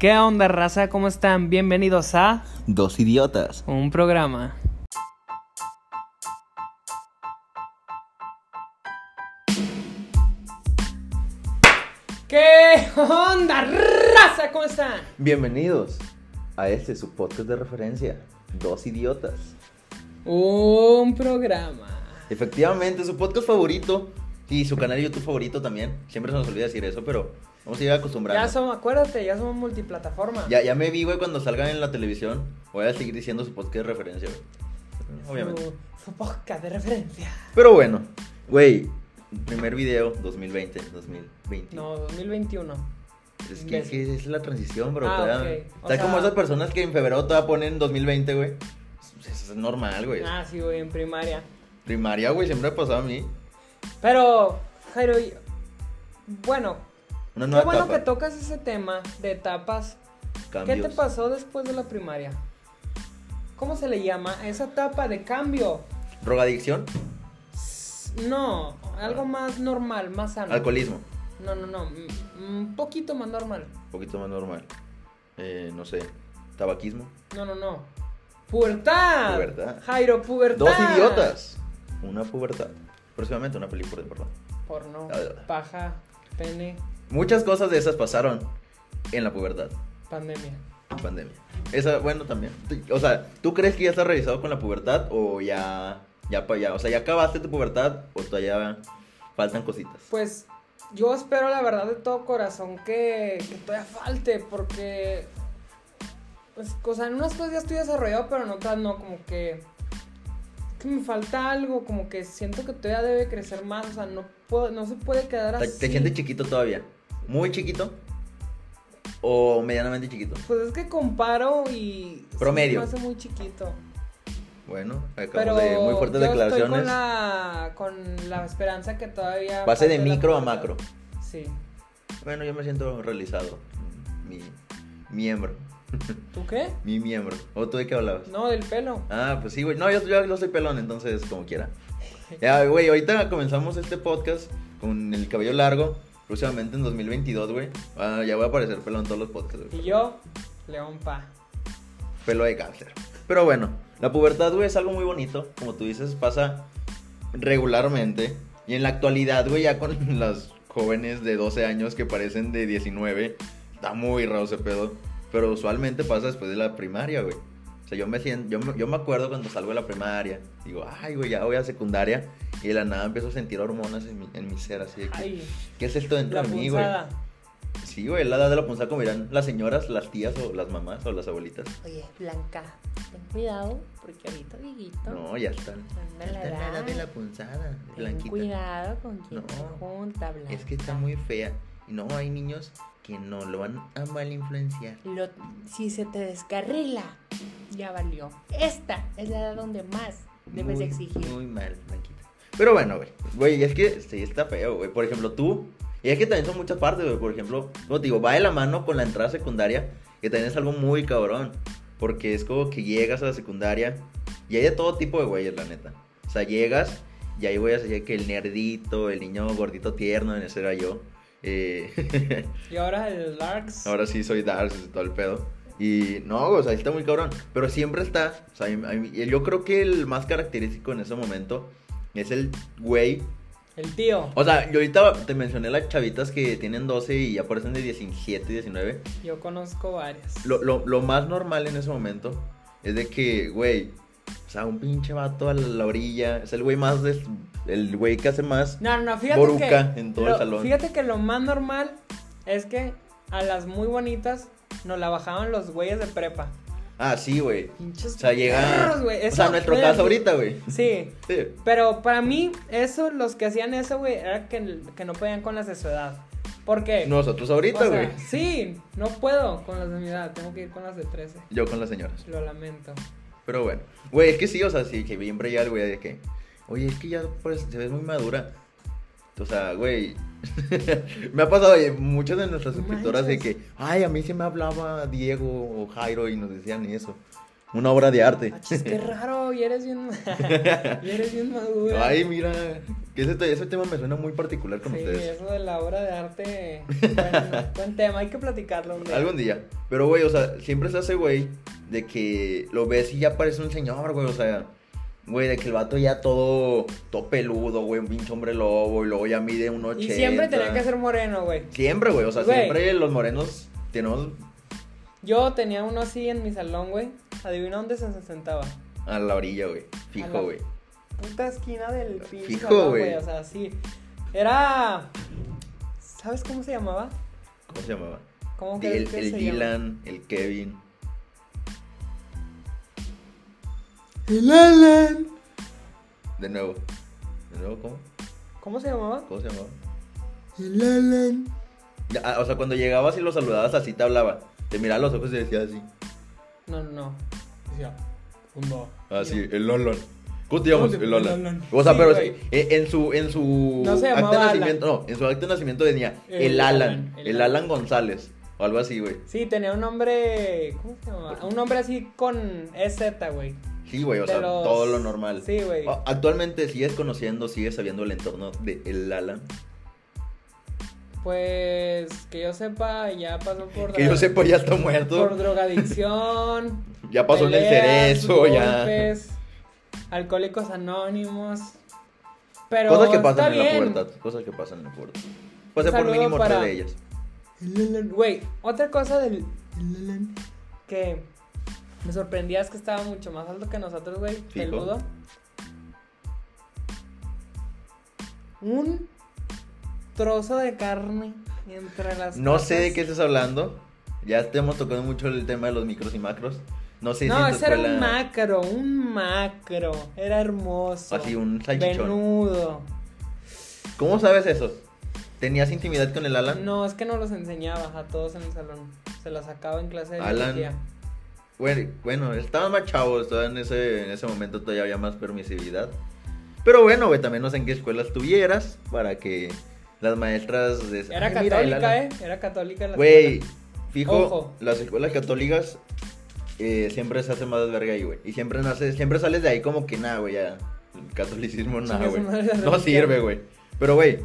¿Qué onda, raza? ¿Cómo están? Bienvenidos a Dos idiotas. un programa. ¿Qué onda, raza? ¿Cómo están? Bienvenidos a este su podcast de referencia, Dos idiotas. Un programa. Efectivamente, su podcast favorito y su canal de YouTube favorito también. Siempre se nos olvida decir eso, pero vamos a ir acostumbrando. Ya somos, acuérdate, ya somos multiplataforma. ya, ya me vi, güey, cuando salgan en la televisión. Voy a seguir diciendo su podcast de referencia, güey. Obviamente. Su, su podcast de referencia. Pero bueno, güey, primer video 2020, 2020. No, 2021. Es que, es imbécil. que es la transición, bro. Ah, todavía- ok. O Está como sea- esas personas que en febrero todavía ponen 2020, güey. Pues, Eso es normal, güey. Ah, sí, güey, en primaria. Primaria, güey, siempre ha pasado a mí. Pero, Jairo, y- bueno, Una qué nueva bueno etapa. que tocas ese tema de etapas. Cambios. ¿Qué te pasó después de la primaria? ¿Cómo se le llama? a Esa etapa de cambio. Drogadicción, No, Ah. algo más normal, más sano. alcoholismo. No, no, no, m- un poquito más normal. Un poquito más normal. Eh, no sé. Tabaquismo. No, no, no. Pubertad. Pubertad. Jairo, pubertad. Dos idiotas. Una pubertad. Próximamente una película, perdón. Porno, Ah. paja, pene, Muchas cosas de esas pasaron en la pubertad, pandemia. en pandemia. Esa, bueno, también. O sea, ¿tú crees que ya estás realizado con la pubertad o ya, ya para allá? O sea, ¿ya acabaste tu pubertad o todavía faltan cositas? Pues yo espero la verdad de todo corazón que, que todavía falte, porque. Pues, o sea, en unas cosas ya estoy desarrollado, pero en otras no, como que. Que me falta algo, como que siento que todavía debe crecer más, o sea, no, puedo, no se puede quedar ¿Te, así. te sientes chiquito todavía? ¿Muy chiquito? ¿O medianamente chiquito? Pues es que comparo y. sí, Promedio. me hace muy chiquito. Bueno, acabamos Pero. de muy fuertes yo declaraciones. Estoy con la, con la esperanza que todavía. Pase de falte la micro a pubertad. macro. Sí. Bueno, yo me siento realizado. Mi miembro. ¿Tú qué? Mi miembro. ¿O tú de qué hablabas? No, del pelo. Ah, pues sí, güey. No, yo, yo no soy pelón, entonces como quiera. Ya, güey, ahorita comenzamos este podcast con el cabello largo. Próximamente en 2022, güey. Ah, ya voy a aparecer pelón en todos los podcasts, Y güey. yo, León Pa. Pelo de cáncer. Pero bueno, la pubertad, güey, es algo muy bonito. Como tú dices, pasa regularmente. Y en la actualidad, güey, ya con las jóvenes de 12 años que parecen de 19, está muy raro ese pedo. Pero usualmente pasa después de la primaria, güey. O sea, yo me, sien- yo, me, yo me acuerdo cuando salgo de la primaria, digo, ay, güey, ya voy a secundaria. Y de la nada empiezo a sentir hormonas en mi, en mi ser, así de que, Ay, ¿qué es esto dentro la de mí, güey? punzada. Sí, güey, la edad de la punzada, como dirán las señoras, las tías o las mamás o las abuelitas. Oye, Blanca, ten cuidado porque ahorita Dieguito No, ya están. anda Está la en la edad edad. de la punzada, Ten blanquita. cuidado con quien No. se junta, Blanca. Es que está muy fea. Y no, hay niños que no lo van a mal influenciar. Lo- si se te descarrila, ya valió. Esta es la edad donde más debes Muy, exigir. Muy mal, blanquita. Pero bueno, güey. Güey, es que sí, está feo, güey. Por ejemplo, tú. Y es que también son muchas partes, güey. Por ejemplo, no te digo, va de la mano con la entrada secundaria, que también es algo muy cabrón. Porque es como que llegas a la secundaria y hay de todo tipo de güeyes, la neta. O sea, llegas y ahí güeyes así que el nerdito, el niño gordito tierno, en ese era yo. Eh, Y ahora el Larks. Ahora sí soy Darcy y todo el pedo. Y no, o sea, está muy cabrón. Pero siempre está. O sea, a mí- a mí- yo creo que el más característico en ese momento es el güey. El tío. O sea, yo ahorita te mencioné las chavitas que tienen 12 y aparecen de 17, 19. Yo conozco varias. Lo, lo, lo más normal en ese momento es de que, güey, o sea, un pinche vato a la orilla. Es el güey más. des- el güey que hace más. No, no, no, fíjate Boruca que. en todo lo- el salón. Fíjate que lo más normal es que a las muy bonitas nos la bajaban los güeyes de prepa. Ah, sí, güey. Pinches O sea, llega. perros, güey. o Eso, sea, nuestro espérate. caso ahorita, güey. Sí. Sí. Pero para mí, eso, los que hacían eso, güey, era que, que no podían con las de su edad. ¿Por qué? Nosotros O ahorita, sea, güey. sí, no puedo con las de mi edad. Tengo que ir con las de 13. Yo con las señoras. pues, Lo lamento. Pero bueno. Güey, es que sí, o sea, sí, que siempre llega el güey de que. Oye, es que ya pues, te ves muy madura. O sea, güey. me ha pasado, oye, muchas de nuestras No suscriptoras de manches. que. Ay, a mí se me hablaba Diego o Jairo y nos decían eso. Una Ah, obra de arte. Achis, qué raro, y eres bien, y eres bien madura. Ay, mira. Que ese, te- ese tema me suena muy particular con Sí, ustedes. eso de la obra de arte. Bueno, buen tema, hay que platicarlo. un día. Algún día. Pero, güey, o sea, siempre se hace, güey, de que lo ves y ya parece un señor, güey, o sea. Güey, de que el vato ya todo, todo peludo, güey, un pinche hombre lobo, y luego ya mide un 80. Y siempre tenía que ser moreno, güey. Siempre, güey, o sea, Güey. siempre los morenos tenemos Yo tenía uno así en mi salón, güey. Adivina dónde se sentaba. a la orilla, güey. A la- Fijo, güey. Puta esquina del pinche Fijo, salón, güey. güey. O sea, sí. Era. ¿Sabes cómo se llamaba? ¿Cómo se llamaba? ¿Cómo El, crees que el se llama? Dylan, el Kevin. El Alan. De nuevo. ¿De nuevo cómo? ¿Cómo se llamaba? ¿Cómo se llamaba? El Alan. Ya, ah, o sea, cuando llegabas y lo saludabas así te hablaba. Te miraba a los ojos y decía así. No, no, no. Decía. "Hola". Así, Y yo, Ah, el Lolan. ¿Cómo te llamas? ¿Cómo te- El Lolan. el Lolan. O sea, Sí, pero güey. sí, en en su, en su No se acta de llamaba Alan. nacimiento, no, en su acta de nacimiento tenía el, El Alan, Alan, el, el Alan. Alan. González, o algo así, güey. Sí, tenía un nombre. ¿Cómo se llamaba? Un nombre así con EZ, güey. Sí, güey, o De sea, los- todo lo normal. Sí, güey. Ah, Actualmente sigues conociendo, sigues sabiendo el entorno de el Alan. Pues que yo sepa, ya pasó por. Que yo dro- sepa, ya está muerto. Por drogadicción. Ya pasó en el peleas, cerezo, ya. golpes, Alcohólicos anónimos. Pero Cosas que está pasan en la bien. pubertad. Cosas que pasan en la pubertad. Pasé Un por saludo mínimo para- tres de ellas. Güey, otra cosa del del Alan que me sorprendía es que estaba mucho más alto que nosotros, güey. Peludo. Un trozo de carne entre las No sé de patas. qué estás hablando. Ya estamos tocando mucho el tema de los micros y macros. No sé si No, en tu ese era escuela- un macro, un macro. Era hermoso. Así, un salchichón. Venudo. ¿Cómo sabes eso? ¿Tenías intimidad con el Alan? No, es que no los enseñaba a todos en el salón. Se las sacaba en clase de Alan. biología. Bueno, bueno estaban más chavos. Todavía en ese, en ese momento todavía había más permisividad. Pero bueno, güey, también no sé en qué escuela estuvieras para que las maestras... des- Era Ay, mira, el católica, Alan. ¿eh? Era católica la Güey, escuela. fijo, Ojo. las escuelas católicas eh, siempre se hace más verga ahí, güey. Y siempre nace, siempre sales de ahí como que nada, güey, ya. El catolicismo nada, Chinga su güey. madre la No religión. sirve, güey. Pero, güey,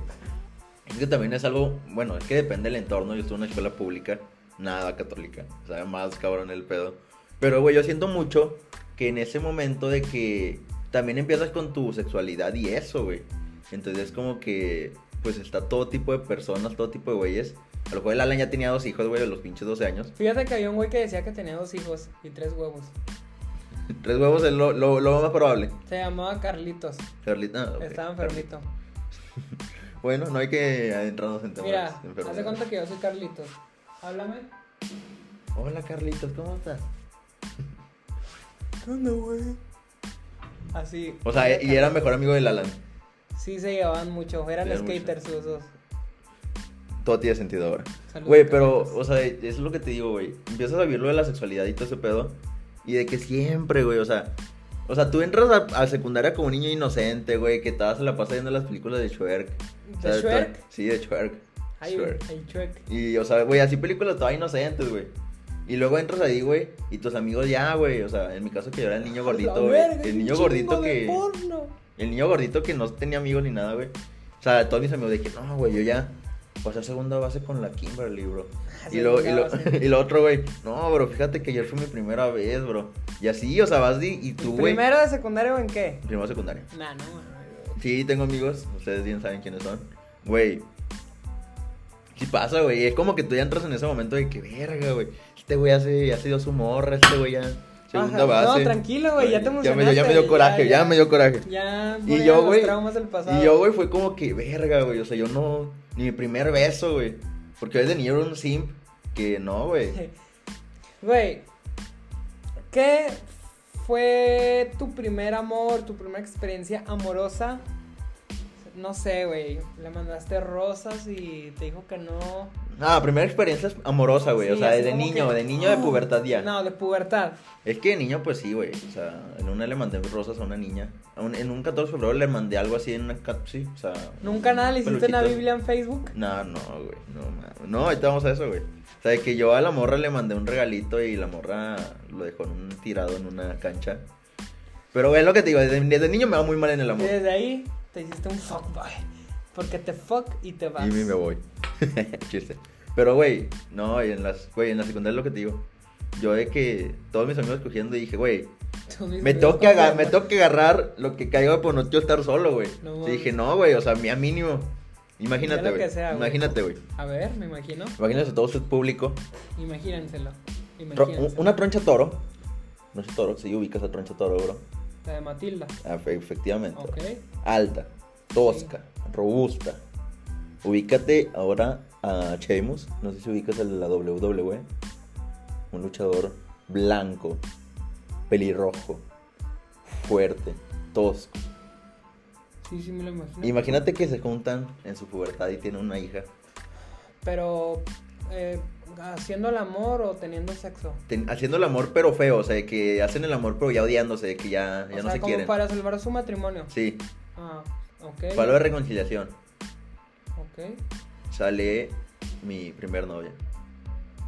es que también es algo, bueno, es que depende del entorno. Yo estuve en una escuela pública, nada católica. O sea, más cabrón el pedo. Pero, güey, yo siento mucho que en ese momento de que también empiezas con tu sexualidad y eso, güey. Entonces es como que, pues está todo tipo de personas, todo tipo de güeyes. A lo cual el Alan ya tenía dos hijos, güey, a los pinches 12 años. Fíjate que había un güey que decía que tenía dos hijos y tres huevos. Tres huevos es lo, lo, lo más probable. Se llamaba Carlitos. Carlita. ah, ok. Estaba enfermito. Bueno, no hay que adentrarnos en temas. Mira, de enfermedades. hace cuenta que yo soy Carlitos. Háblame. Hola, Carlitos, ¿cómo estás? ¿Qué onda, güey? Así. O sea, y era mejor amigo del Alan. Sí, se llevaban mucho. Eran Eran skaters los dos. Todo tiene sentido ahora. Saludos, Güey, pero, Carlitos. o sea, eso es lo que te digo, güey. Empiezas a vivir lo de la sexualidad y todo ese pedo. Y de que siempre, güey, o sea. O sea, tú entras a, a secundaria como un niño inocente, güey, que estabas la pasas viendo las películas de Shrek. O sea, ¿De Shrek? to- Sí, de Shrek. Ay, Shrek. el Shrek. Y, o sea, güey, así películas todas inocentes, güey. Y luego entras ahí, güey, y tus amigos ya, güey. O sea, en mi caso que yo era el niño La gordito, güey. verga, El un niño chingo gordito de que. porno. El niño gordito que no tenía amigos ni nada, güey. O sea, todos mis amigos de que no, güey, yo ya pasé a segunda base con la Kimberly, bro. Y lo, y, lo, Segunda base. y lo otro, güey, no, bro, fíjate que ayer fue mi primera vez, bro. Y así, o sea, vas y, y tú, güey. ¿Primero de secundario o en qué? Primero secundaria. Nah, no, mames. Sí, tengo amigos, ustedes bien saben quiénes son. Güey. Sí pasa, güey. Es como que tú ya entras en ese momento de que verga, güey. Este güey hace, ya se dio su morra, este güey ya. Segunda Ajá. base. No, tranquilo, güey, ya te Ya me dio, ya me emocionaste, dio coraje, ya, ya, ya. me dio coraje. Ya, Y fueron yo, los güey. traumas del pasado. Y yo, güey, fue como que verga, güey. O sea, yo no. Ni mi primer beso, güey. Porque hoy de niño era un simp. Que no, güey. Güey, ¿qué fue tu primer amor, tu primera experiencia amorosa? No sé, güey. Le mandaste rosas y te dijo que no. Ah, primera experiencia amorosa, güey. o Sí, sea, así de como niño, que, de niño de "No". pubertad ya. No, de pubertad. Es que de niño, pues sí, güey. O sea, en una le mandé rosas a una niña. A un- en un 14 de febrero le mandé algo así en una cap- sí, o sea. ¿Nunca nada le hiciste peluquito. una Biblia en Facebook? No, no, güey. No, mames. No, ahorita vamos a eso, güey. O sea, de que yo a la morra le mandé un regalito y la morra lo dejó en un tirado en una cancha. Pero güey, es lo que te digo, desde, desde niño me va muy mal en el Y amor. desde ahí, te hiciste un fuckboy. Porque te fuck y te vas. Y me voy. Chiste. Pero, güey, no, y en las, güey, en la secundaria es lo que te digo. Yo de que todos mis amigos cogiendo y dije, güey, Tú mismo me te tengo, vas que aga- cogiendo. me tengo que agarrar lo que caiga por no quiero estar solo, güey. No Sí, mames. dije, no, güey, o sea, mía mínimo. Imagínate, Ya lo que güey. sea, güey. Imagínate, güey. A ver, me imagino. Imagínense todo su público. Imagínenselo. Tro- Imagínenselo. una troncha toro. No es toro, si ubicas a troncha toro, bro. La de Matilda. Ah, fe- Efectivamente. Ok. Alta, tosca, robusta. Ubícate ahora a Sheamus. No sé si ubicas el de la WWE. Un luchador blanco, pelirrojo, fuerte, tosco. Sí, sí, me lo imagino. Imagínate que se juntan en su pubertad y tienen una hija. Pero, eh, ¿haciendo el amor o teniendo sexo? ten- haciendo el amor pero feo, o sea, de que hacen el amor pero ya odiándose, de que ya, O ya no sea, se como quieren. para salvar su matrimonio. Sí, Ah, ok. palo de reconciliación. Ok. Sale mi primer novia.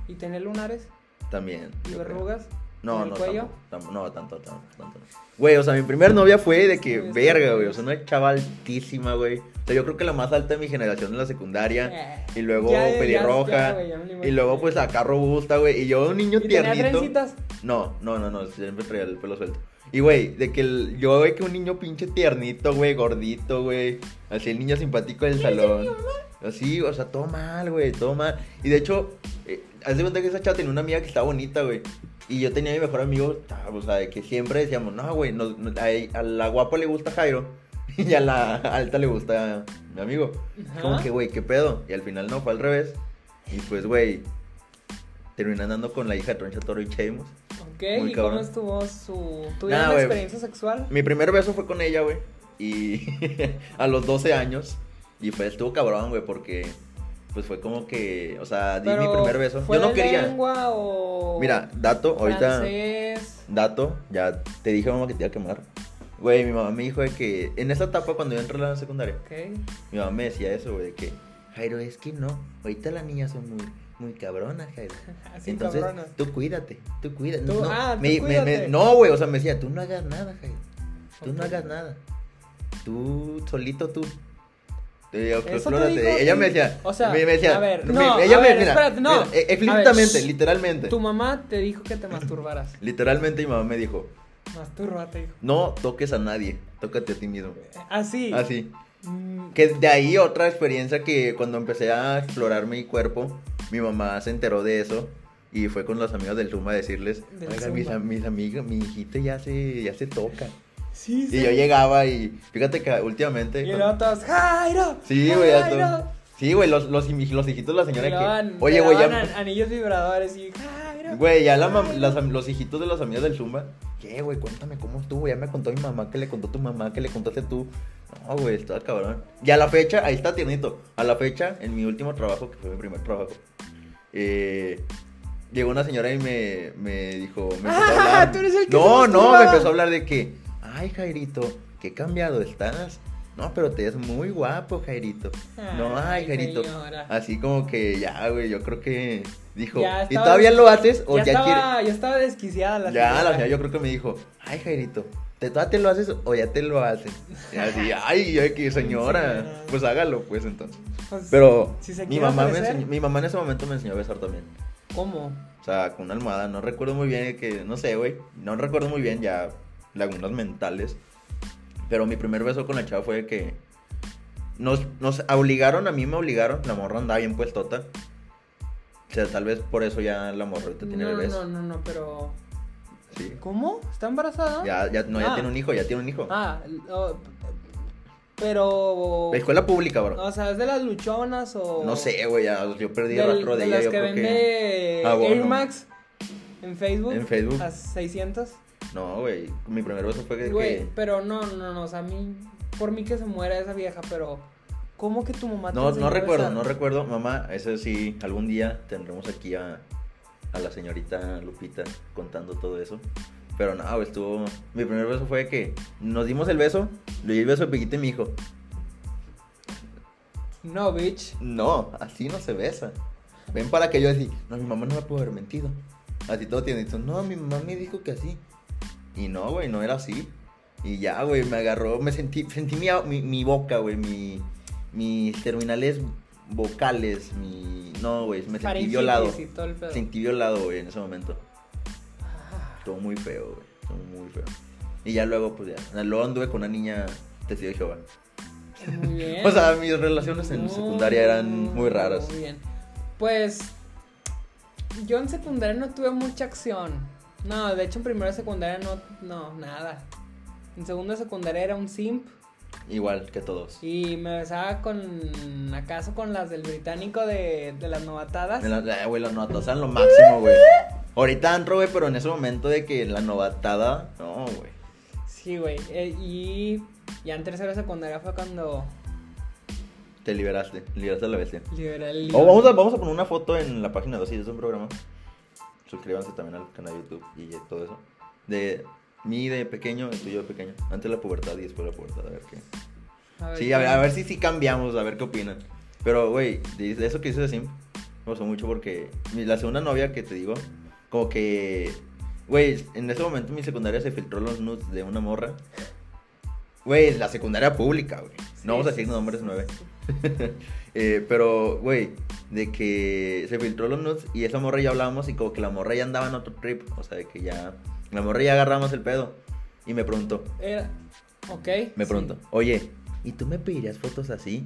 ¿Y tener lunares? También. ¿Y yo creo. verrugas? No, en el no, cuello? tampoco, tampoco, no, tanto, tanto, tanto. no. Güey, o sea, mi primer novia fue de Sí, que, está verga, bien. güey, o sea, una chava altísima, güey. O sea, yo creo que la más alta de mi generación en la secundaria. Eh. Y luego Ya, ya, ya, pelirroja. ya, güey, ya me lo y imaginé. luego, pues, acá robusta, güey. Y yo, un niño ¿Y tenía tiernito. trencitas? No, no, no, no, siempre traía el pelo suelto. Y, güey, de que el- yo veo que un niño pinche tiernito, güey, gordito, güey. Así el niño simpático del salón. Así, o sea, todo mal, güey, todo mal. Y de hecho, eh, haz de cuenta que esa chava tenía una amiga que estaba bonita, güey. Y yo tenía a mi mejor amigo, ah, o sea, de que siempre decíamos, no, güey, nos- nos- a, a la guapa le gusta Jairo y a la alta le gusta mi amigo. Ajá. Como que, güey, ¿qué pedo? Y al final no, fue al revés. Y pues, güey, terminé andando con la hija de Troncha Toro y Chemos. Ok, Muy ¿y cabrón. cómo estuvo su... ¿Tuvieron güey. experiencia sexual? Mi primer beso fue con ella, güey. Y a los 12 años. Y pues estuvo cabrón, güey, porque pues fue como que, o sea, di mi Pero, primer beso. ¿fue Yo no de quería. lengua o...? Mira, dato, ahorita Francés. dato, ya te dije mamá que te iba a quemar. Güey, mi mamá me dijo de que en esa etapa cuando yo entré a la secundaria, Ok. mi mamá me decía eso, güey, de que Jairo, es que no, ahorita las niñas son muy muy cabronas, Jairo. Así Entonces, cabrona. tú cuídate, tú cuídate. Tú- no, ah, tú me- me- me- cuídate. no, güey, o sea, me decía, tú no hagas nada, Jairo. Tú no Ok. hagas nada. Tú solito tú. Te digo, Eso te explórate. dijo, ella sí. me decía, O sea, me, me decía, a ver, me- no, ella a me, ver, mira, espérate, no. mira, A e- ver, explícitamente, shh. literalmente. Tu mamá te dijo que te masturbaras. Literalmente mi mamá me dijo, Mastúrbate, hijo. no toques a nadie, tócate a ti mismo. Eh, Así. Así. Mm, Que de ahí otra experiencia que cuando empecé a explorar mi cuerpo, mi mamá se enteró de eso y fue con los amigos del Zumba a decirles, Del oiga, mis, Zumba. am- mis amigos, mi hijita ya se, ya se toca. Sí, sí. Y yo llegaba y fíjate que últimamente... Y cuando- luego todos, ¡Jairo! Sí, güey, ya ¡Jairo! todo. Sí, güey, los, los, himi- los hijitos de la Y luego señora que. an- Oye, le güey, daban an- ya. anillos vibradores y ¡Jairo! Güey, ya la mam- Jairo". las am- los hijitos de las amigas del Zumba. ¿Qué, güey? Cuéntame cómo estuvo. Ya me contó mi mamá, que le contó tu mamá, que le contaste tú. No, güey, está cabrón. Y a la fecha, ahí está tiernito. A la fecha, en mi último trabajo, que fue mi primer trabajo, eh, llegó una señora y me, me dijo. Me empezó a Ah, hablar. tú eres el que No, se no, masturbaba. me empezó a hablar de que. Ay, Jairito, qué cambiado estás. No, pero te ves muy guapo, Jairito. No, ay, Ay, Jairito. Ah, señora. Así como que ya, güey, yo creo que dijo, Ya ¿y estaba- todavía lo haces o ya, ya, estaba, quiere- ya estaba desquiciada la Ya, la señora. señora yo creo que me dijo, ay, Jairito, ¿te todavía te lo haces o ya te lo haces? Y así, ay, yo de que señora, señora. pues hágalo, pues entonces. Pues, Pero si se mi, quiere mamá me ofrecer, enseñó- mi mamá en ese momento me enseñó a besar también. ¿Cómo? O sea, con una almohada, no recuerdo muy bien que, no sé, güey, no recuerdo muy bien ya lagunas mentales. Pero mi primer beso con la chava fue de que nos, nos obligaron, a mí me obligaron, la morra andaba bien puestota. O sea, tal vez por eso ya la morrita tiene No, bebés. no, no, no, pero. Sí. ¿Cómo? ¿Está embarazada? Ya, ya, no, ya Ah. tiene un hijo, ya tiene un hijo. Ah, oh, pero. La escuela pública, bro. O sea, ¿es de las luchonas o.? No sé, güey, ya, yo perdí del- el rastro de, de ella. las yo que creo que- vende Ah, bueno. Air Max en Facebook. En Facebook. A 600. No, güey, mi primer beso fue de Güey, que... pero no, no, no. O sea, a mí. Por mí que se muera esa vieja, pero. ¿Cómo que tu mamá te No, enseñó no a recuerdo, besar? no recuerdo, mamá. Eso sí, algún día tendremos aquí a, a la señorita Lupita contando todo eso. Pero no, güey, estuvo. Mi primer beso fue que nos dimos el beso, le di el beso a Piquito y me dijo: No, bitch. No, así no se besa. Ven para que yo así, no, mi mamá no me pudo haber mentido. Así todo tiene. No, mi mamá me dijo que así. Y no, güey, no era así. Y ya, güey, me agarró, me sentí, sentí mi, mi, mi boca, güey, mi, mis terminales vocales, mi... No, güey, me sentí Faringitis violado. y todo el pedo. Sentí violado, güey, en ese momento. Ah, Estuvo muy feo, güey. Estuvo muy feo. Y ya luego, pues ya. Luego anduve con una niña testigo de Jehová. Muy bien. O sea, mis relaciones en Muy, secundaria eran muy raras. Muy bien. Pues yo en secundaria no tuve mucha acción. No, de hecho en primero de secundaria no, no, nada. En segundo de secundaria era un simp Igual que todos. y me besaba con, acaso con las del británico de, de las novatadas. En la- eh, Güey, las novatadas eran lo máximo, güey. Ahorita antro, güey, pero en ese momento de que la novatada. No, güey. Sí, güey. eh, y ya en tercero de secundaria fue cuando Te liberaste. Liberaste a la bestia. liberé el... Oh, vamos, a, vamos a poner una foto en la página 2 y es un programa. Suscríbanse también al canal de YouTube y de todo eso. De mí de pequeño, el tuyo de pequeño. Antes la pubertad y después la pubertad. A ver qué. A ver Sí, qué- a ver, a ver si sí cambiamos, a ver qué opinan. Pero, güey, de eso que dices de Simp, me gustó mucho porque mi- la segunda novia que te digo, como que, güey, en ese momento en mi secundaria se filtró los nudes de una morra. Güey, la secundaria pública, güey. Sí, No vamos a sí, decir sí, nombres sí, nueve. sí. Eh, pero, güey, de que se filtró los nudes y esa morra ya hablábamos y como que la morra ya andaba en otro trip. O sea, de que ya, la morra ya agarramos el pedo. Y me preguntó, Era... Ok. me sí. preguntó, oye, ¿y tú me pedirías fotos así?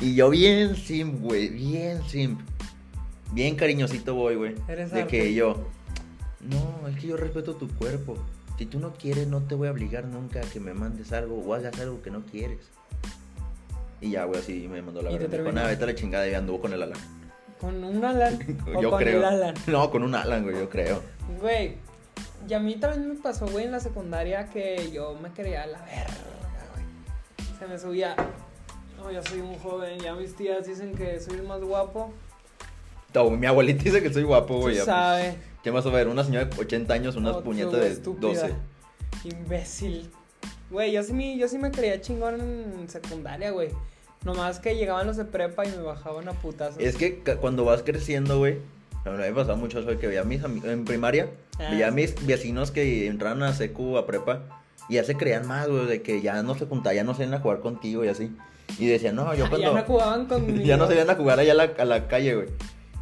Y yo bien simp, güey, bien simp. Bien cariñosito voy, güey. Eres De arte. que yo, no, es que yo respeto tu cuerpo. Si tú no quieres, no te voy a obligar nunca a que me mandes algo o hagas algo que no quieres. Y ya, güey, así me mandó la ¿Y te verga. Me dijo, terminó? "Nah, vete a la chingada y anduvo con el Alan. Con un Alan. o yo con creo. el Alan. No, con un Alan, güey, yo creo. Pues, Güey, y a mí también me pasó, güey, en la secundaria que yo me quería a la verga, güey. Se me subía. No, ya soy un joven, ya mis tías dicen que soy el más guapo. No, mi abuelita dice que soy guapo, Tú güey. ya, pues, sabes. ¿Qué más va a ver? Una señora de 80 años, unas Oh, tú, puñetas de estúpida. 12. Imbécil. Güey, yo sí, me, yo sí me creía chingón en secundaria, güey. Nomás que llegaban los de prepa y me bajaban a putazos. Es que ca- cuando vas creciendo, güey, a mí me pasaba mucho eso de que veía a mis amigos en primaria, Ah, veía a sí. mis vecinos que entraron a secu, a prepa, y ya se creían más, güey, de que ya no se juntaban, ya no se iban a jugar contigo y así. Y decían, no, yo Ah, ya cuando... no jugaban conmigo. ya no se iban a jugar allá a la, a la calle, güey.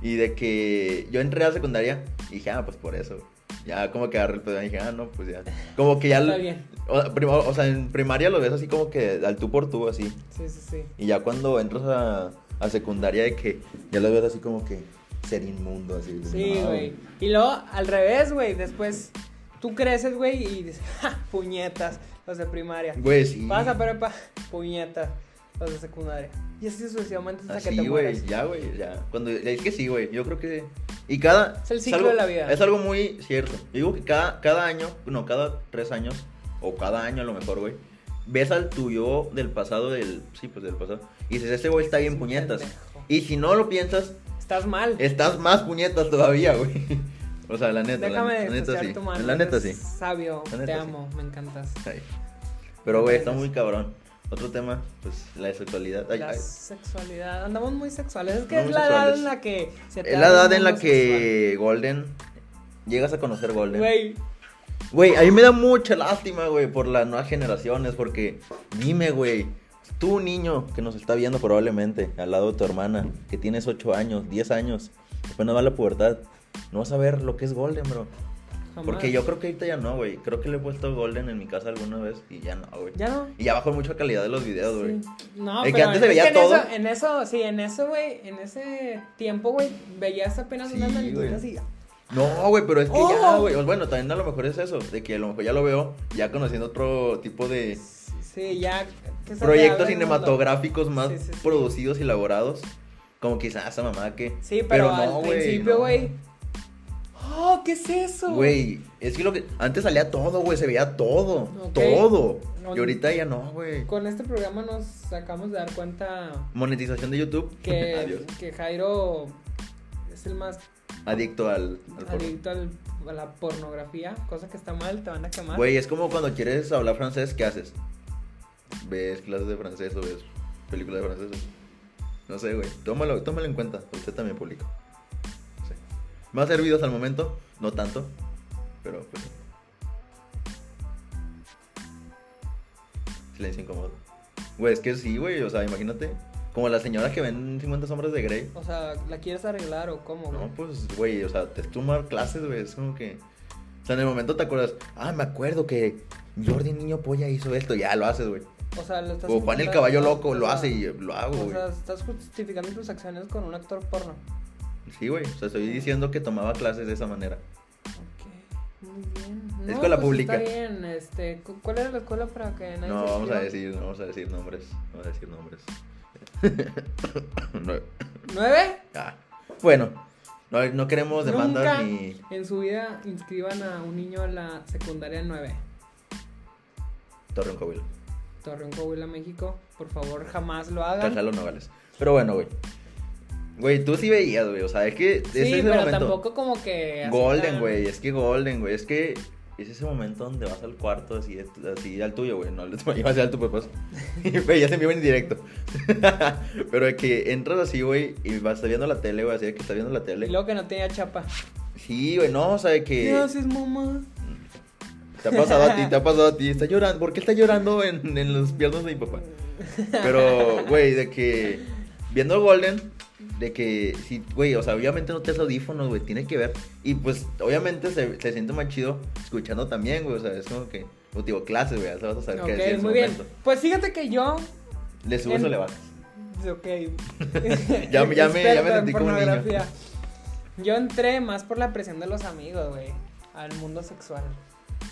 Y de que yo entré a la secundaria y dije, ah, pues por eso, güey. Ya como que agarré el pedo y dije, ah, no, pues ya. Como que ya... Está bien. O, prim- o sea, en primaria lo ves así como que al tú por tú, así. Sí, sí, sí. Y ya cuando entras a, a secundaria de que ya lo ves así como que ser inmundo, así. de, Sí, no, güey. Y luego, al revés, güey. Después tú creces, güey, y dices, "Ja, puñetas, los de primaria. Güey, sí. Pasa prepa, puñetas, los de secundaria. Y así sucesivamente hasta que Así, te mueres. güey, ya, güey, ya. Cuando, es que sí, güey, yo creo que... Y cada... Es el ciclo de la vida. Es algo muy cierto. Yo digo que cada, cada año, no, cada tres años, o cada año a lo mejor, güey, ves al tuyo del pasado, del... Sí, pues del pasado. Y dices, este güey está bien un puñetas. pendejo. Y si no lo piensas, Estás mal. estás más puñetas todavía, güey. O sea, la neta, Déjame la, la neta despreciar sí. tu mano. La neta sí. eres Sabio, La te neta sí. amo, me encantas. Ay. Pero, güey, está muy cabrón. Otro tema, pues, la sexualidad. Ay, La ay. sexualidad, andamos muy sexuales. Es que es Andamos la edad sexuales. en la que se te Es la abre un edad en la mundo que Golden... Llegas a conocer sexual. Golden. Güey, Güey, a mí me da mucha lástima, güey, por las nuevas generaciones, porque dime, güey, tú niño que nos está viendo probablemente, al lado de tu hermana, que tienes 8 años, 10 años, después no va a la pubertad, no vas a ver lo que es Golden, bro. jamás. Porque yo creo que ahorita ya no, güey. Creo que le he puesto Golden en mi casa alguna vez y ya no, güey. Ya no. Y ya bajó mucho la calidad de los videos, güey. Sí. No, Es que pero antes se es veía en todo. Eso, en eso, sí, en eso, güey, en ese tiempo, güey, veías apenas Sí, unas manitas güey. y... No, güey, pero es que ya, Oh. güey. Bueno, también a lo mejor es eso, de que a lo mejor ya lo veo ya conociendo otro tipo de Sí, ya... que se te proyectos abre el mundo. cinematográficos más Sí, sí, sí. producidos y elaborados. Como quizás esa mamá que. Sí, pero, al no, güey, principio, no. güey... ¡Oh, qué es eso! Güey, es que lo que. Antes salía todo, güey, se veía todo. Ok. Todo. No, y ahorita ya no, güey. Con este programa nos acabamos de dar cuenta Monetización de YouTube. Adiós. que, que Jairo es el más Adicto al. al porno. adicto al- a la pornografía, cosa que está mal, te van a quemar. Güey, es como cuando quieres hablar francés, ¿qué haces? ¿Ves clases de francés o ves películas de franceses? No sé, güey. Tómalo, tómalo en cuenta. Usted también publica. No sé. Me ha servido hasta el momento, no tanto, pero pues. silencio incómodo. Güey, es que sí, güey, o sea, imagínate. Como las señoras que ven 50 sombras de Grey. O sea, ¿la quieres arreglar o cómo? güey? No, pues, güey, o sea, te tomar clases, güey, es como que... O sea, en el momento te acuerdas, ah, me acuerdo que Jordi Niño Polla hizo esto, ya lo haces, güey. O sea, lo estás O Juan el justificando- Caballo o Loco lo sea, hace y lo hago, O güey. sea, estás justificando tus acciones con un actor porno. Sí, güey, o sea, estoy diciendo que tomaba clases de esa manera. Ok, muy bien. Es escuela pues pública. Está bien, este, cu- ¿cuál era la escuela para que nadie No, se vamos inscriba? a decir, no vamos a decir nombres, no vamos a decir nombres. no, ¿Nueve? ah, bueno, no, no queremos demandas Nunca ni... en su vida inscriban a un niño a la secundaria 9. Torreón Coahuila. Torreón, Coahuila, México. Por favor, jamás lo hagan. Gonzalo Nogales. Pero bueno, güey. Güey, tú sí veías, güey. O sea, es que Sí, es ese pero momento. tampoco como que... así Golden, tan- güey. Es que Golden, güey. Es que es ese momento donde vas al cuarto así, así al tuyo, güey. No, ibas al pues. tu papás. Y veías en vivo en directo. pero de que entras así, güey, y vas viendo la tele, güey. Así de que estás viendo la Y tele. luego que no tenía chapa. Sí, güey, no, o sea, de ¿Qué que. haces, mamá? Te ha pasado a ti, te ha pasado a ti. Está llorando. ¿Por qué está llorando en, en los piernas de mi papá? Pero, güey, de que viendo Golden, de que, sí, güey, o sea, obviamente no te das audífonos, güey, tiene que ver. Y pues, obviamente se, se siente más chido escuchando también, güey, o sea, es como que, como te digo, clases, güey, ya te vas a saber Ok, qué decir en ese muy bien. Em. momento. Pues fíjate que yo... ¿Le subes En- o le bajas? Ok. Ya me- ya me- ya me Experto en sentí como un niño. pornografía. Yo entré más por la presión de los amigos, güey. Al mundo sexual.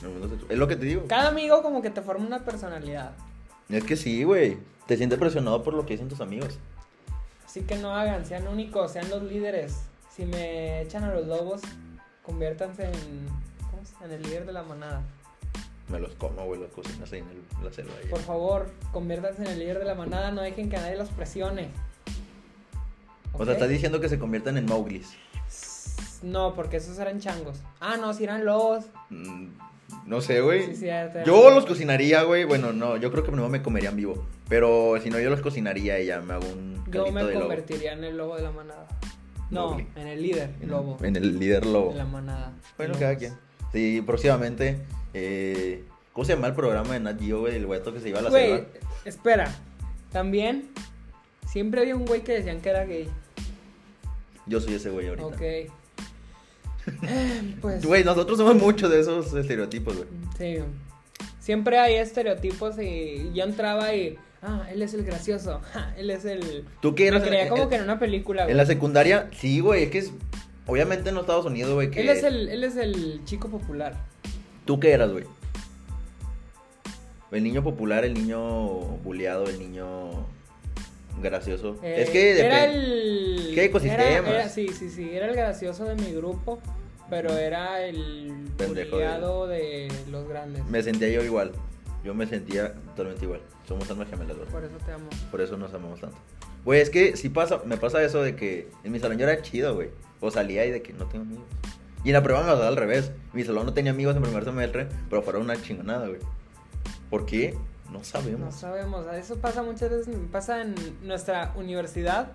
No, no sé, es lo que te digo. Cada amigo como que te forma una personalidad. Es que sí, güey, te sientes presionado por lo que dicen tus amigos. Así que no hagan, sean únicos, sean los líderes. Si me echan a los lobos, conviértanse en, ¿cómo se- en el líder de la manada. Me los como, güey, los cocinas ahí en, el- en la selva. ahí. Por favor, conviértanse en el líder de la manada, no dejen que nadie los presione. O sea, ¿Ok? estás diciendo que se conviertan en Mowglis. No, porque esos eran changos. Ah, no, si eran lobos. Mm, No sé, güey. Sí, cierto. Yo los cocinaría, güey. Bueno, no, yo creo que primero me comerían vivo. Pero si no, yo los cocinaría y ya me hago un Yo caldito me de lobo. convertiría en el lobo de la manada. No, Mowgli. en el líder En- lobo En el líder Mm. lobo. de la manada. Bueno, Lobos. cada quien. Sí, próximamente. Eh, ¿Cómo se llama el programa de Nat Geo, güey? El gueto que se iba a la Güey, selva. espera. También, siempre había un güey que decían que era gay. Yo soy ese güey ahorita. Ok. Eh, pues. Güey, nosotros somos muchos de esos estereotipos, güey. Sí. Siempre hay estereotipos y yo entraba y. Ah, él es el gracioso. ja, él es el. ¿Tú qué Me eras? creía en- como en- que en una película, güey. En la secundaria, sí, güey. Es que es. Obviamente en los Estados Unidos, güey. Que... Él es el, él es el chico popular. ¿Tú qué eras, güey? El niño popular, el niño buleado, el niño gracioso. Eh, es que era depende. el. ¿Qué ecosistemas? Era, era- sí, sí, sí. Era el gracioso de mi grupo, pero era el Pendejo de- buleado de... los grandes. Me sentía yo igual. Yo me sentía totalmente igual. Somos almas gemelas, güey. Por eso te amo. Por eso nos amamos tanto. Güey, es que sí pasa, me pasa eso de que en mi salón yo era chido, güey. O salía y de que no tengo amigos. Y en la prueba me pasaba al revés. Mi salón no tenía amigos en primer semestre, pero fuera una chingonada, güey. ¿Por qué? No sabemos. No sabemos, eso pasa muchas veces, pasa en nuestra universidad,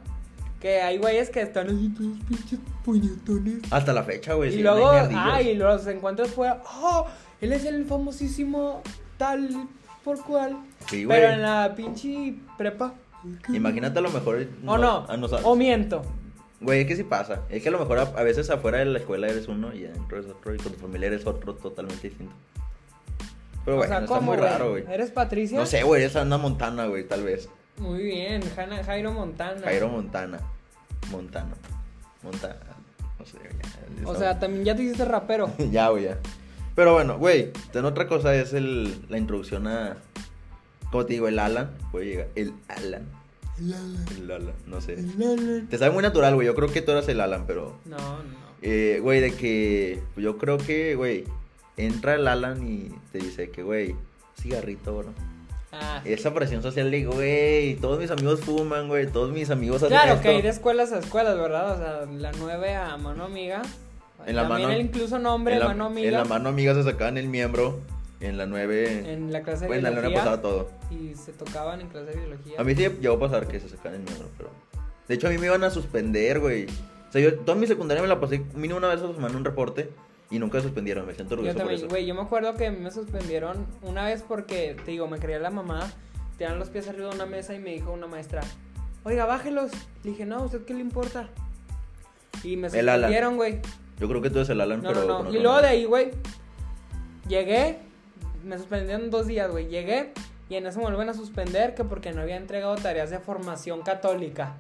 que hay güeyes que están así todos pinches puñetones. Hasta la fecha, güey. y siguen ahí luego, mierdillos. ah, y los encuentras fuera, oh, él es el famosísimo tal por cual. Sí, güey. Pero en la pinche prepa. Imagínate a lo mejor. O no, a nos- o miento. Güey, es que sí pasa. Es que a lo mejor a, a veces afuera de la escuela eres uno y adentro eres otro y con tu familia eres otro totalmente distinto. Pero o bueno, sea, está ¿cómo, muy raro, güey. ¿Eres Patricia? No sé, güey, eres una Montana, güey, tal vez. Muy bien, Jana- Jairo Montana. Jairo Montana. Montana. Montana. No sé, güey, ya. O sea, también ya te hiciste rapero. ya, güey, ya. Pero bueno, güey, ten otra cosa es el, la introducción a. ¿Cómo te digo? El Alan. Puede llegar. El Alan. El Alan, no sé. Mm. Te sabe muy natural, güey. Yo creo que tú eras el Alan, pero. No, no. eh, güey, de que. Yo creo que, güey. Entra el Alan y te dice que, güey, cigarrito, bro. Ah, Esa presión social de, güey, todos mis amigos fuman, güey. Todos mis amigos hacen Claro, esto. que hay de escuelas a escuelas, ¿verdad? O sea, la 9 a mano amiga. En la También mano- el incluso nombre, en la, mano amiga. En la mano amiga se sacaban el miembro. En la 9. en la clase de Güey, en la luna biología. pasaba todo. y se tocaban en clase de biología. A mí sí llegó a pasar que se sacaban el miembro, pero. De hecho, a mí me iban a suspender, güey. O sea, yo toda mi secundaria me la pasé mínimo una vez a la semana en un reporte. Y nunca me suspendieron, me siento Yo orgulloso por también, eso. güey, yo me acuerdo que a mí me suspendieron una vez porque, te digo, me creía la mamá, tiraron los pies arriba de una mesa y me dijo una maestra, oiga, bájelos. Le dije, no, ¿a usted qué le importa? Y me El Alan. suspendieron, güey. Yo creo que tú eres el Alan, No, pero... no, no. con Y otro luego de nombre. ahí, güey, llegué, me suspendieron dos días, güey, llegué y en eso me vuelven a suspender que porque no había entregado tareas de formación católica.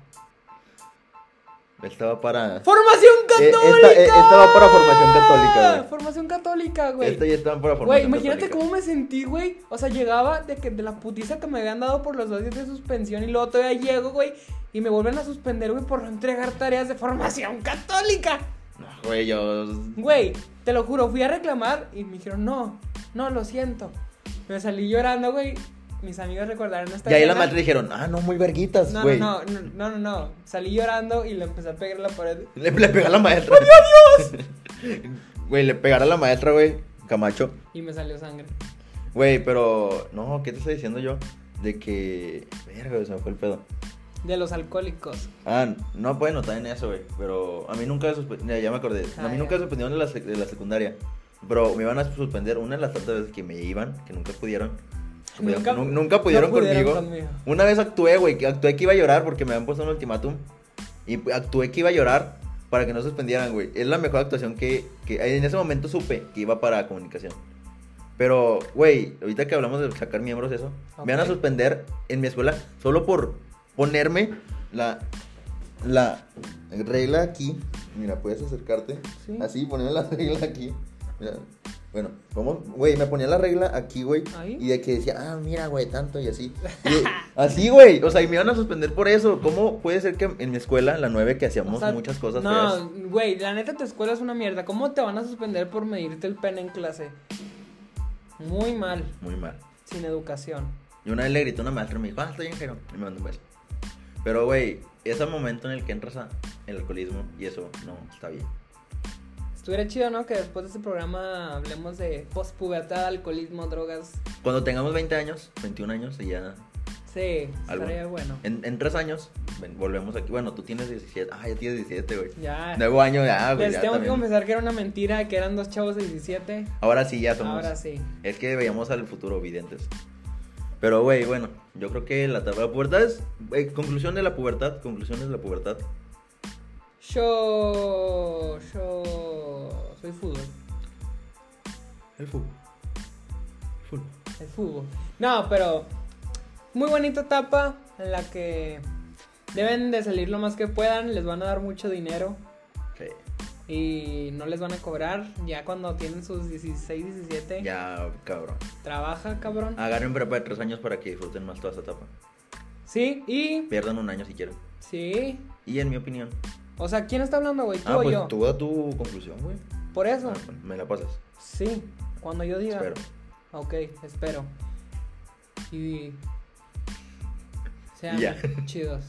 Estaba para... ¡Formación Eh, católica! esta- eh, esta va para formación católica, güey. Formación católica, güey. Esta ya estaba para Güey, formación imagínate católica. cómo me sentí, güey. O sea, llegaba de que de la putiza que me habían dado por los dos días de suspensión y luego todavía llego, güey, y me vuelven a suspender, güey, por no entregar tareas de formación católica. No, güey, yo... Güey, te lo juro, fui a reclamar y me dijeron, "No, no lo siento." Me salí llorando, güey. Mis amigos recordaron esta Y ahí la escena. madre dijeron, ah, no, muy verguitas, no, güey. no, no, no, no, no. Salí llorando y le empecé a pegar en la pared. Le, le pegó a la maestra. ¡Adiós! Güey, le pegará a la maestra, güey. Camacho. Y me salió sangre. Güey, pero. No, ¿qué te estoy diciendo yo? De que. Verga, güey, se me fue el pedo. De los alcohólicos. Ah, no pueden notar en eso, güey. Pero a mí nunca me suspendieron. Ya me acordé. Ah, a mí ya. nunca me suspendieron de la, sec- de la secundaria. Pero me iban a suspender una de las tantas veces que me iban, que nunca pudieron. que pudieron- Nunca- nu- no pudieron, pudieron conmigo. conmigo. Una vez actué, güey. que Actué que iba a llorar porque me habían puesto un ultimátum. Y pu- actué que iba a llorar para que no suspendieran, güey. Es la mejor actuación que, que- En ese momento supe que iba para comunicación. Pero, güey, ahorita que hablamos de sacar miembros, eso. Me van a Ok. suspender en mi escuela solo por ponerme la la regla aquí. Mira, puedes acercarte. Sí. Así, ponerme la regla aquí. Mira. Bueno, ¿cómo? Güey, me ponía la regla aquí, güey. Ahí. Y de que decía, ah, mira, güey, tanto y así. Y- así, güey. O sea, y me iban a suspender por eso. ¿Cómo puede ser que en mi escuela, la 9, que hacíamos O sea, muchas cosas feas? No, güey, la neta tu escuela es una mierda. ¿Cómo te van a suspender por medirte el pene en clase? Muy mal, Muy mal. sin educación. Y una vez le gritó una maestra y me dijo, ah, estoy enfermo. Y me mandó un beso. Pero, güey, ese momento en el que entras a el alcoholismo y eso no está bien. Estuviera chido, ¿no? Que después de este programa hablemos de pospubertad, alcoholismo, drogas. Cuando tengamos 20 años, 21 años y ya Sí, Algo. estaría bueno. En, en tres años, ven, volvemos aquí. Bueno, tú tienes 17. Ah, ya tienes 17, güey. Ya. Nuevo año, ya, güey. Les ya tengo que también. confesar que era una mentira, que eran dos chavos de 17. Ahora sí, ya somos. Ahora sí. Es que veíamos al futuro, videntes. Pero, güey, bueno, yo creo que la, tab- la pubertad es. eh, conclusión de la pubertad. Conclusiones de la pubertad. Yo, yo soy fútbol. El fútbol. Fútbol. El fútbol. No, pero muy bonita etapa en la que deben de salir lo más que puedan, les van a dar mucho dinero Sí. y no les van a cobrar ya cuando tienen sus 16, 17. Ya, Ah. cabrón. Trabaja, cabrón. Agarren prepa de tres años para que disfruten más toda esta etapa. Sí, y Pierdan un año si quieren. sí. Y en mi opinión. O sea, ¿quién está hablando, güey? ¿Tú Ah, o pues yo? tú da tu conclusión, güey. Por eso. Ah, me la pasas. Sí, cuando yo diga. Espero. Ok, espero. Y sean Ya. chidos.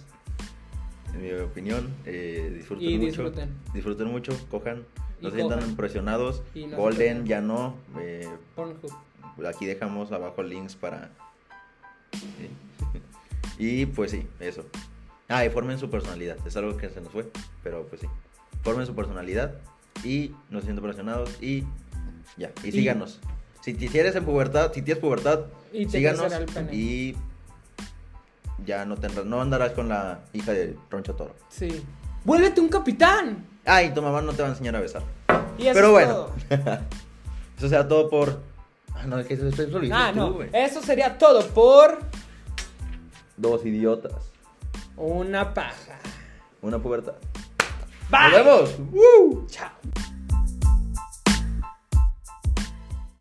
En mi opinión, eh, disfruten Y mucho. disfruten. Disfruten mucho, cojan, Y no se sientan cojan. impresionados. Y no se Golden presionen. ya no. eh, Pornhub. aquí dejamos abajo links para. sí. y pues sí, eso. Ah, y formen su personalidad. Es algo que se nos fue, pero pues sí. Formen su personalidad y no se sientan impresionados y ya. Y, Y- síganos. Si te hicieres en pubertad, si tienes pubertad, Y te síganos crecerá el pene. y ya no tendrás, no andarás con la hija de Roncho Toro. Sí. ¡Vuélvete un capitán! Ay, tu mamá no te va a enseñar a besar. Y eso Pero es bueno. todo. Eso sea todo por. Ah, no, es que eso, eso lo dijiste Ah, tú, no. güey. Eso sería todo por Dos idiotas. una paja. Una pubertad. Bye. ¡Nos vemos! Woo. Chao.